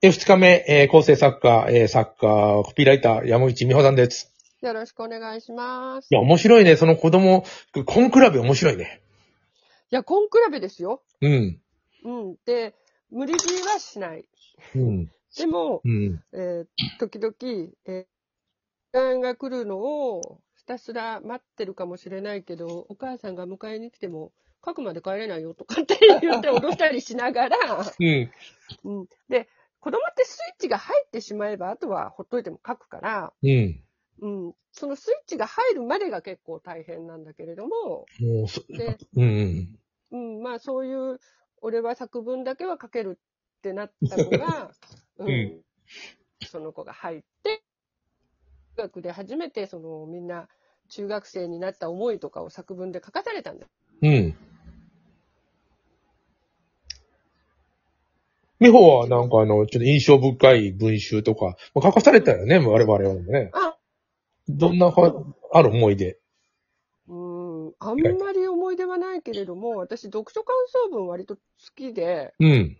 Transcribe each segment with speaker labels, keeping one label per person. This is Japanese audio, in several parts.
Speaker 1: で、二日目、えー構成作家、えー作家、コピーライター、山口美穂さんです。
Speaker 2: よろしくお願いします。
Speaker 1: い
Speaker 2: い
Speaker 1: や、面白いね。その子供、コンクラベ面白いね。
Speaker 2: や、根比べですよ。
Speaker 1: うん。
Speaker 2: うん。で、無理強いはしない。
Speaker 1: うん。
Speaker 2: でも、
Speaker 1: うん。
Speaker 2: えー時々、えー、時間が来るのをひたすら待ってるかもしれないけど、お母さんが迎えに来ても、書くまで帰れないよとかって言って脅したりしながら、
Speaker 1: うん。
Speaker 2: うん。で、子供ってスイッチが入ってしまえば、あとはほっといても書くから、
Speaker 1: うん。
Speaker 2: うん。そのスイッチが入るまでが結構大変なんだけれども、
Speaker 1: もう、そ
Speaker 2: で、
Speaker 1: うん。
Speaker 2: うん、まあそういう、俺は作文だけは書けるってなったの が、うん、
Speaker 1: うん
Speaker 2: その子が入って、中学で初めてそのみんな中学生になった思いとかを作文で書かされたんだ。
Speaker 1: うん。美穂はなんかあの、ちょっと印象深い文集とか、まあ書かされたよね、我々はね。
Speaker 2: あ、
Speaker 1: どんなか、ある思い出。
Speaker 2: うん、あんまり思い出はないけれども、私読書感想文割と好きで、
Speaker 1: うん。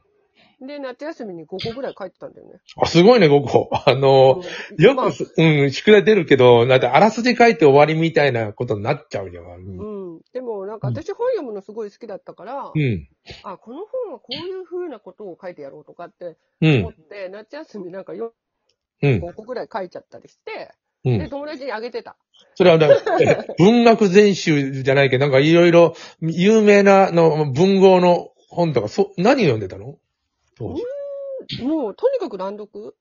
Speaker 2: で、夏休みに5個ぐらい書いてたんだよね。
Speaker 1: あ、すごいね、ここ。あの、
Speaker 2: うん
Speaker 1: よ
Speaker 2: まあ
Speaker 1: くす、うん、宿題出るけど、だってあらすじ書いて終わりみたいなことになっちゃうじゃん。うん。
Speaker 2: うん、でもなんか私本読むのすごい好きだったから、
Speaker 1: うん。
Speaker 2: あ、この本はこういう風なことを書いてやろうとかって
Speaker 1: う
Speaker 2: 思っ
Speaker 1: ん。
Speaker 2: て、夏休みなんか4、
Speaker 1: うん。
Speaker 2: 5個ぐらい書いちゃったりして、
Speaker 1: う
Speaker 2: で、
Speaker 1: ん。
Speaker 2: 友達にあげてた。
Speaker 1: それはなんか、え 文学全集じゃないけど、なんかいろいろ有名なあの文豪の本とか、そ、何読んでたの当時
Speaker 2: もう、とにかく乱読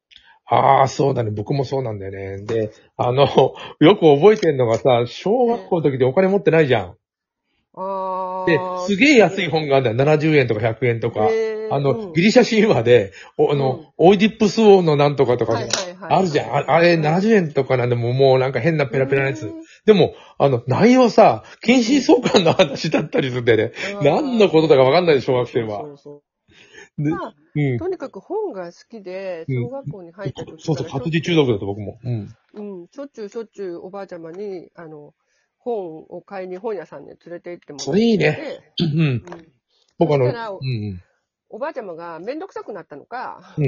Speaker 1: ああ、そうだね。僕もそうなんだよね。で、あの、よく覚えてんのがさ、小学校の時でお金持ってないじゃん。
Speaker 2: あ
Speaker 1: で
Speaker 2: ー。、
Speaker 1: すげえ安い本があるんだよ。70円とか100円とか。
Speaker 2: へー
Speaker 1: あ
Speaker 2: う
Speaker 1: の、
Speaker 2: ん
Speaker 1: ギリシャ神話で、おあの、オイディップス王のなんとかとか
Speaker 2: は
Speaker 1: ね
Speaker 2: いはいはい。
Speaker 1: あるじゃん。ああれ、70円とかなんでもうもうなんか変なペラペラなやつ
Speaker 2: う。ん
Speaker 1: でも、あの、内容さ、近親相関の話だったりするんだよね。何のことだかわかんないで、小学生
Speaker 2: そ
Speaker 1: は。
Speaker 2: うそう
Speaker 1: で
Speaker 2: まあ、
Speaker 1: うん。
Speaker 2: とにかく本が好きで、
Speaker 1: うん
Speaker 2: 小学校に入った時
Speaker 1: そうそう、活字中毒だった僕も。うん。
Speaker 2: うん、しょっちゅうしょっちゅうおばあちゃまに、あの、本を買いに本屋さんに連れて行ってもらって。
Speaker 1: それいいね。
Speaker 2: で
Speaker 1: うん。
Speaker 2: うん
Speaker 1: 僕あの、
Speaker 2: そしたら
Speaker 1: うん。
Speaker 2: おばあちゃまがめんどくさくなったのか、
Speaker 1: うん。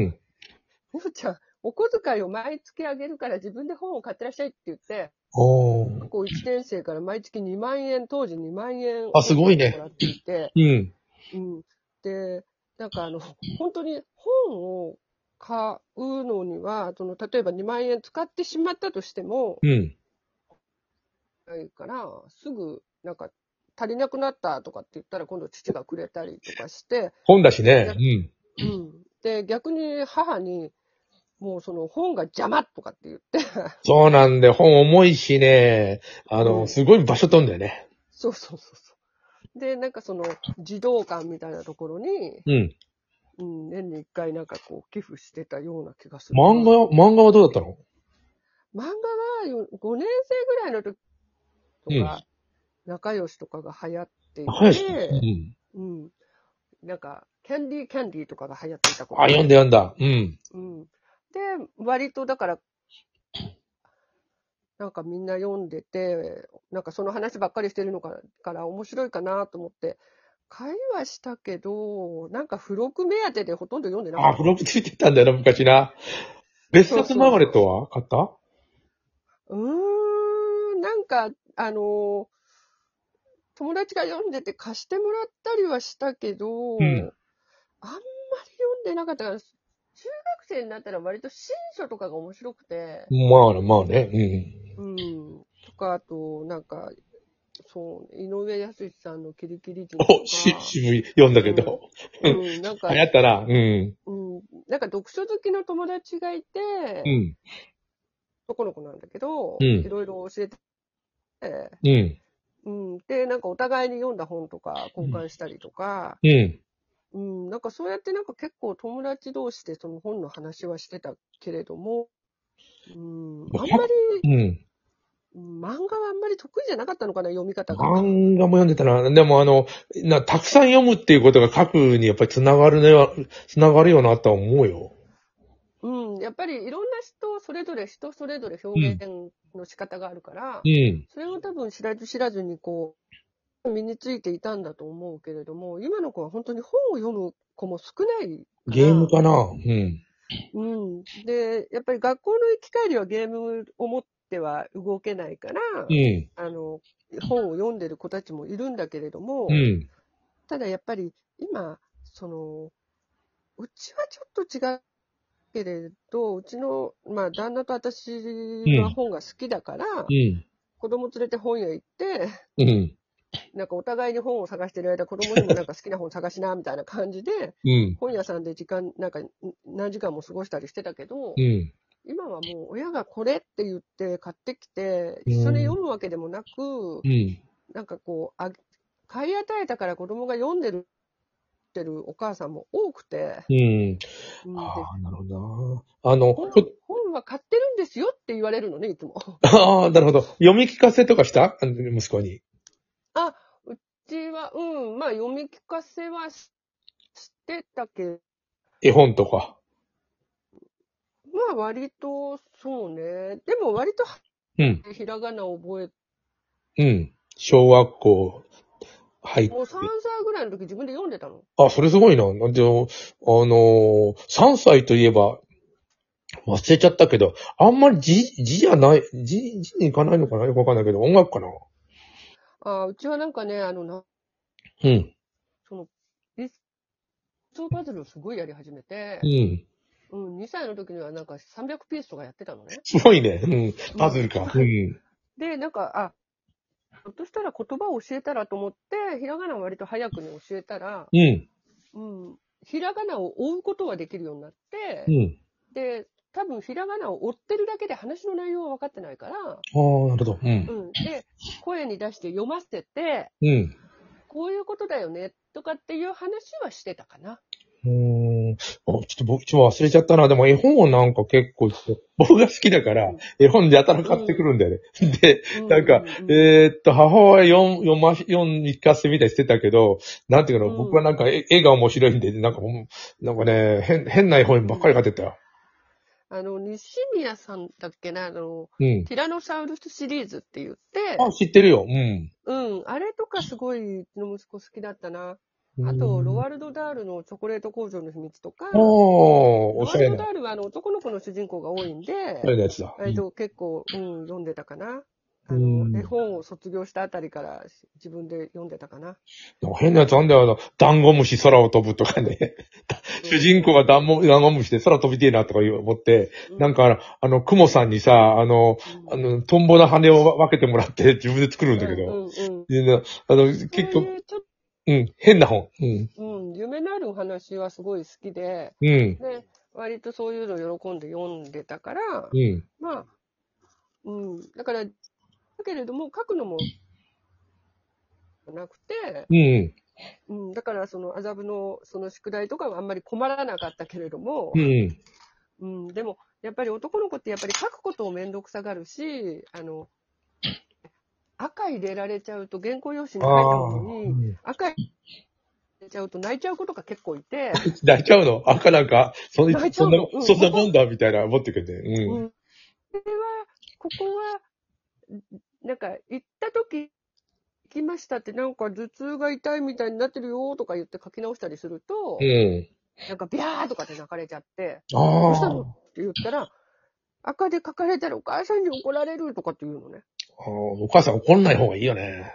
Speaker 2: みほちゃん、お小遣いを毎月あげるから自分で本を買ってらっしゃいって言って、
Speaker 1: おー。
Speaker 2: 高校1年生から毎月2万円、当時2万円
Speaker 1: あすごいね
Speaker 2: もらっていて、
Speaker 1: うん。
Speaker 2: うん。で、なんかあの、本当に本を買うのには、その、例えば2万円使ってしまったとしても、
Speaker 1: うん。
Speaker 2: ないから、すぐ、なんか、足りなくなったとかって言ったら、今度父がくれたりとかして、
Speaker 1: 本だしね。うん。
Speaker 2: うん。で、逆に母に、もうその本が邪魔とかって言って、
Speaker 1: そうなんで、本重いしね。あ
Speaker 2: う
Speaker 1: の、
Speaker 2: ん
Speaker 1: すごい場所飛んだよね。
Speaker 2: そうそうそうそう。で、なんかその、児童館みたいなところに、
Speaker 1: うん。
Speaker 2: うん、年に一回なんかこう寄付してたような気がする。
Speaker 1: 漫画、漫画はどうだったの
Speaker 2: 漫画はよ5年生ぐらいの時とか、仲良しとかが流行ってい
Speaker 1: 早いし。
Speaker 2: て、
Speaker 1: うん。
Speaker 2: うん。なんか、キャンディーキャンディーとかが流行っていた頃
Speaker 1: あ、読んだ読んだ。うん。
Speaker 2: うん。で、割とだから、なんかみんな読んでて、なんかその話ばっかりしてるのかから面白いかなと思って、会話したけど、なんか付録目当てでほとんど読んでなか
Speaker 1: あ、
Speaker 2: っ
Speaker 1: 付
Speaker 2: た。
Speaker 1: 録ついてたんだよな、昔な。別冊マーガレットは買った
Speaker 2: うーん、なんか、あの、友達が読んでて貸してもらったりはしたけど、
Speaker 1: うん
Speaker 2: あんまり読んでなかったから、中学生になったら割と新書とかが面白くて、
Speaker 1: まあね、まあね。
Speaker 2: うん。とか、あと、なんか、そう、井上康さんのキリキリ人
Speaker 1: う
Speaker 2: と
Speaker 1: ん
Speaker 2: か。。
Speaker 1: お、し、渋い。読んだけど。
Speaker 2: うん、なんか
Speaker 1: 流、行ったな。うん。
Speaker 2: うん、なんか読書好きの友達がいて、
Speaker 1: うん。
Speaker 2: 男の子なんだけど、
Speaker 1: うん
Speaker 2: いろいろ教えて、
Speaker 1: うん。
Speaker 2: うん、で、なんかお互いに読んだ本とか交換したりとか、
Speaker 1: うん。
Speaker 2: うん、なんかそうやってなんか結構友達同士でその本の話はしてたけれども、うん、あんまり、
Speaker 1: うん。
Speaker 2: 漫画はあんまり得意じゃなかったのかな、読み方が。
Speaker 1: 漫画も読んでたな。でもあの、な、たくさん読むっていうことが書くにやっぱりつながるね、つながるよなとは思うよ。
Speaker 2: うん、やっぱりいろんな人、それぞれ人それぞれ表現の仕方があるから、
Speaker 1: うん。
Speaker 2: それを多分知らず知らずにこう、身についていたんだと思うけれども、今の子は本当に本を読む子も少ないから。
Speaker 1: ゲームかなうん。
Speaker 2: うん。で、やっぱり学校の行き帰りはゲームを持っては動けないから、
Speaker 1: うん。
Speaker 2: あの、本を読んでる子たちもいるんだけれども、
Speaker 1: うん。
Speaker 2: ただやっぱり今、その、うちはちょっと違うけれど、うちの、まあ、旦那と私は本が好きだから、
Speaker 1: うん。
Speaker 2: 子供連れて本屋行って、
Speaker 1: うん。
Speaker 2: なんかお互いに本を探してる間、子供にもなんか好きな本探しな、みたいな感じ で、
Speaker 1: うん。
Speaker 2: 本屋さんで時間、なんかん何時間も過ごしたりしてたけど、
Speaker 1: うん。
Speaker 2: 今はもう親がこれって言って買ってきて、
Speaker 1: うん
Speaker 2: 一緒に読むわけでもなく、
Speaker 1: うん。
Speaker 2: なんかこう、あ買い与えたから子供が読んでる、ってるお母さんも多くて、
Speaker 1: うん。
Speaker 2: うんで
Speaker 1: ああ、なるほどな。あの、
Speaker 2: 本
Speaker 1: ちょ
Speaker 2: 本は買ってるんですよって言われるのね、いつも。
Speaker 1: ああ、なるほど。読み聞かせとかしたあの息子に。
Speaker 2: うちは、うん、まあ読み聞かせはししてたけど、
Speaker 1: 絵本とか。
Speaker 2: まあ割と、そうね。でも割と、
Speaker 1: うん。
Speaker 2: ひらがな覚えて、
Speaker 1: うん。小学校入っ
Speaker 2: もう3歳ぐらいの時自分で読んでたの。
Speaker 1: あ、それすごいな。なんで、あのー、3歳といえば、忘れちゃったけど、あんまり字、字じゃない、字、字にいかないのかなよくわかんないけど、音楽かな
Speaker 2: あーうちはなんかね、あの、な
Speaker 1: うん。
Speaker 2: その、理想パズルをすごいやり始めて
Speaker 1: う、ん。
Speaker 2: うん、2歳の時にはなんか300ピースとかやってたのね。
Speaker 1: すごいね。うん。パズルか。うん。
Speaker 2: で、なんか、あ、ひょっとしたら言葉を教えたらと思って、ひらがなを割と早くに教えたら、
Speaker 1: うん。
Speaker 2: うん、ひらがなを追うことはできるようになって
Speaker 1: う、ん。
Speaker 2: で、多分ひらがなを追ってるだけで話の内容は分かってないから、
Speaker 1: ああ、なるほど。う。
Speaker 2: うんん、で、声に出して読ませて、
Speaker 1: うん。
Speaker 2: こういうことだよね、とかっていう話はしてたかな。
Speaker 1: うーん。あちょっと僕、ちょっと忘れちゃったな。でも絵本はなんか結構、僕が好きだから、絵本でやたら買ってくるんだよね。で、なんか
Speaker 2: ううう
Speaker 1: えーっと、母親読ん、読ま、読み聞かせみたいにしてたけど、なんていうかな、
Speaker 2: うん
Speaker 1: 僕はなんか絵絵が面白いんで、なんかほん、なんかね、変、変な絵本ばっかり買ってたよ。
Speaker 2: あの、西宮さんだっけな、あの、
Speaker 1: うん。
Speaker 2: ティラノサウルスシリーズって言って、
Speaker 1: あ、知ってるよ。うん。
Speaker 2: うん、あれとかすごい、うちの息子好きだったな。あと、ロワルド・ダールのチョコレート工場の秘密とか、
Speaker 1: お
Speaker 2: ロ
Speaker 1: おお
Speaker 2: ワ
Speaker 1: しゃれ
Speaker 2: ルド・
Speaker 1: な、
Speaker 2: ダ
Speaker 1: お
Speaker 2: ールはあの男の子の主人公が多いんで、
Speaker 1: しゃれなやつだ。
Speaker 2: えっと、結構、うん、読んでたかな。あ
Speaker 1: うん
Speaker 2: の、絵本を卒業したあたりから自分で読んでたかな。
Speaker 1: なんか変なやつあんだよ。あの、ダンゴムシ空を飛ぶとかね。主人公がダンゴダンゴムシで空飛びてえなとか思って、
Speaker 2: うん
Speaker 1: なん、か、あの、クモさんにさ、あの、
Speaker 2: うん
Speaker 1: あの、トンボの羽を分けてもらって自分で作るんだけ
Speaker 2: う
Speaker 1: ど。
Speaker 2: んうん。
Speaker 1: でなあの、結
Speaker 2: そう
Speaker 1: 局、
Speaker 2: いうちょっ
Speaker 1: うん、変な本。うん。
Speaker 2: と、うん、夢のあるお話はすごい好きで、
Speaker 1: うん。
Speaker 2: で、割とそういうの喜んで読んでたから、
Speaker 1: うん。
Speaker 2: まあ、うん、だから、だけれども、書くのも、なくて、
Speaker 1: うん。
Speaker 2: うん、だから、その、麻布の、その宿題とかはあんまり困らなかったけれども
Speaker 1: う、ん。
Speaker 2: うん、でも、やっぱり男の子ってやっぱり書くことをめんどくさがるし、あの、赤入れられちゃうと原稿用紙に書い
Speaker 1: あ
Speaker 2: た
Speaker 1: あ
Speaker 2: ものに、。赤入れちゃうと泣いちゃうことが結構いて、
Speaker 1: 泣いちゃうの赤なんか、そんな
Speaker 2: 泣いちゃ
Speaker 1: そ
Speaker 2: うん
Speaker 1: な
Speaker 2: のう、ん
Speaker 1: そんなもんだみたいな思ってくれて。
Speaker 2: う。
Speaker 1: うん
Speaker 2: それは、ここは、んなんか、行った時、行きましたって、なんか頭痛が痛いみたいになってるよとか言って書き直したりすると、
Speaker 1: ん。うん。
Speaker 2: なんかビャーとかで泣かれちゃって、どうしたの
Speaker 1: あ
Speaker 2: って言ったら、赤で書かれたらお母さんに怒られるとかって言うのね。
Speaker 1: あ。お母さん怒んない方がいいよね。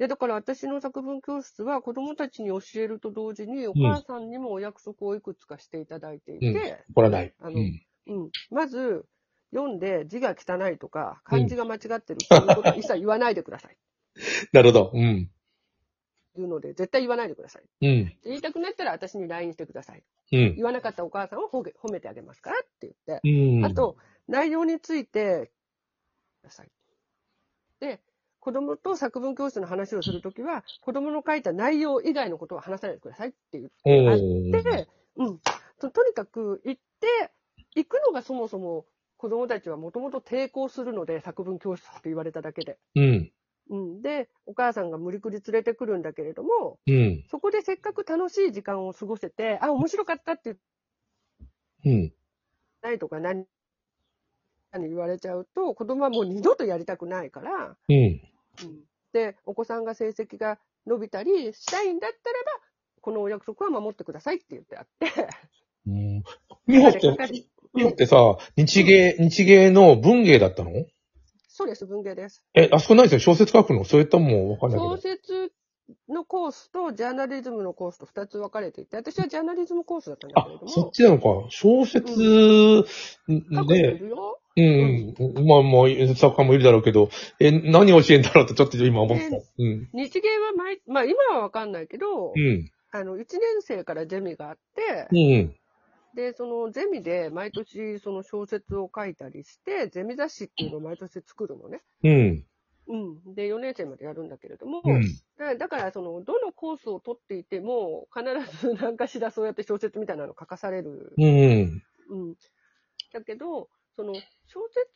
Speaker 2: いや、だから私の作文教室は子供たちに教えると同時に、お
Speaker 1: ん
Speaker 2: 母さんにもお約束をいくつかしていただいていて、
Speaker 1: 怒らない。
Speaker 2: あ
Speaker 1: う
Speaker 2: の
Speaker 1: ん。
Speaker 2: うん。まず、読んで字が汚いとか、漢字が間違ってるっていうことは一切言わないでください。
Speaker 1: なるほど。うん。
Speaker 2: いうので、絶対言わないでください。
Speaker 1: うん。
Speaker 2: 言いたくなったら私に LINE してください。
Speaker 1: うん。
Speaker 2: 言わなかったお母さんを褒め褒めてあげますからって言って、
Speaker 1: うん。
Speaker 2: あ、と、内容について、ください。で、子供と作文教室の話をするときは、子供の書いた内容以外のことは話さないでくださいって言っ
Speaker 1: うん。
Speaker 2: て、うん。ととにかく行って、行くのがそもそも子供たちはもともと抵抗するので、作文教室って言われただけで。
Speaker 1: うん。
Speaker 2: うん。で、お母さんが無理くり連れてくるんだけれども、
Speaker 1: うん。
Speaker 2: そこでせっかく楽しい時間を過ごせて、あ、面白かったって言って
Speaker 1: うん。
Speaker 2: ないとか何、何言われちゃうと、子供はもう二度とやりたくないから、
Speaker 1: うん。
Speaker 2: で、お子さんが成績が伸びたりしたいんだったらば、このお約束は守ってくださいって言ってあって、
Speaker 1: うん美穂っ
Speaker 2: か
Speaker 1: て
Speaker 2: か、り
Speaker 1: 美穂ってさ、日芸、日芸の文芸だったの
Speaker 2: そうです、文芸です。
Speaker 1: え、あそこないですよ。小説書くのそういったもんわかんないけ
Speaker 2: 小
Speaker 1: ど。
Speaker 2: 説のコースとジャーナリズムのコースと2つ分かれていて、私はジャーナリズムコースだったんだ
Speaker 1: あ
Speaker 2: けれど、
Speaker 1: そっ
Speaker 2: も、
Speaker 1: ちなのか。小説、
Speaker 2: 書く人い
Speaker 1: ね、
Speaker 2: るよ。
Speaker 1: うん、まあまあ、作家もいるだろうけど、え、何教えんだろうとちょっと今思った
Speaker 2: ね。
Speaker 1: うん。
Speaker 2: 日芸は毎、まあ今は分かんないけど、
Speaker 1: うん。
Speaker 2: あの、1年生からゼミがあって、
Speaker 1: うん。
Speaker 2: で、そのゼミで毎年その小説を書いたりして、ゼミ雑誌っていうのを毎年作るのね。
Speaker 1: うん。
Speaker 2: うん。で、4年生までやるんだけれども、
Speaker 1: うん。
Speaker 2: だだから、その、どのコースを取っていても、必ず 何かしらそうやって小説みたいなの書かされる。
Speaker 1: うん。
Speaker 2: うん。だけど、その、小説を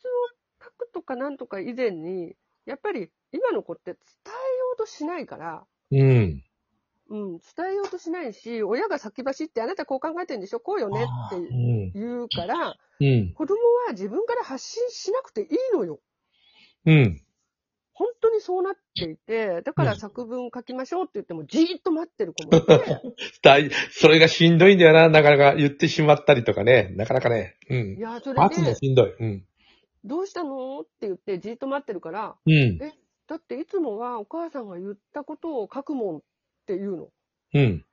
Speaker 2: 書くとかなんとか以前に、やっぱり今の子って伝えようとしないから、
Speaker 1: うん。
Speaker 2: うん、伝えようとしないし、親が先走って、あなたこう考えてるんでしょこうよねって
Speaker 1: うん。
Speaker 2: 言うから、
Speaker 1: うん。
Speaker 2: 子供は自分から発信しなくていいのよ。
Speaker 1: うん。
Speaker 2: 本当にそうなっていて、だから作文書きましょうって言っても、じーっと待ってる子もいて、
Speaker 1: だい、それがしんどいんだよな。なかなか言ってしまったりとかね。なかなかね。う
Speaker 2: い
Speaker 1: ん。
Speaker 2: や、それ
Speaker 1: 待つ
Speaker 2: で
Speaker 1: の、しんどい。うん。
Speaker 2: どうしたのって言って、じーっと待ってるから、
Speaker 1: うん。
Speaker 2: だっていつもはお母さんが言ったことを書くもんって言うの。
Speaker 1: うん。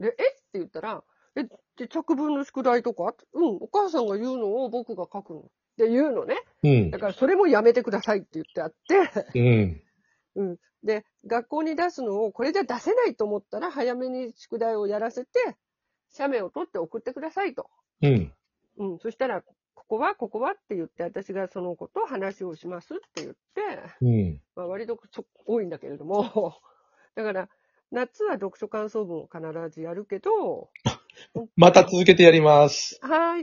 Speaker 2: で、えって言ったら、え、で作文の宿題とかうん、お母さんが言うのを僕が書くの。って言うのね。
Speaker 1: うん
Speaker 2: だ。からそれもやめてくださいって言ってあって、
Speaker 1: うん。
Speaker 2: で、学校に出すのをこれじゃ出せないと思ったら早めに宿題をやらせて、写メを取って送ってくださいと。
Speaker 1: うん。
Speaker 2: うん、そしたら、ここは、ここはって言って、私がその子と話をしますって言って、
Speaker 1: うん。
Speaker 2: まあ、割とそ多いんだけれども、 だから、夏は読書感想文を必ずやるけど、
Speaker 1: また続けてやります。
Speaker 2: はーい。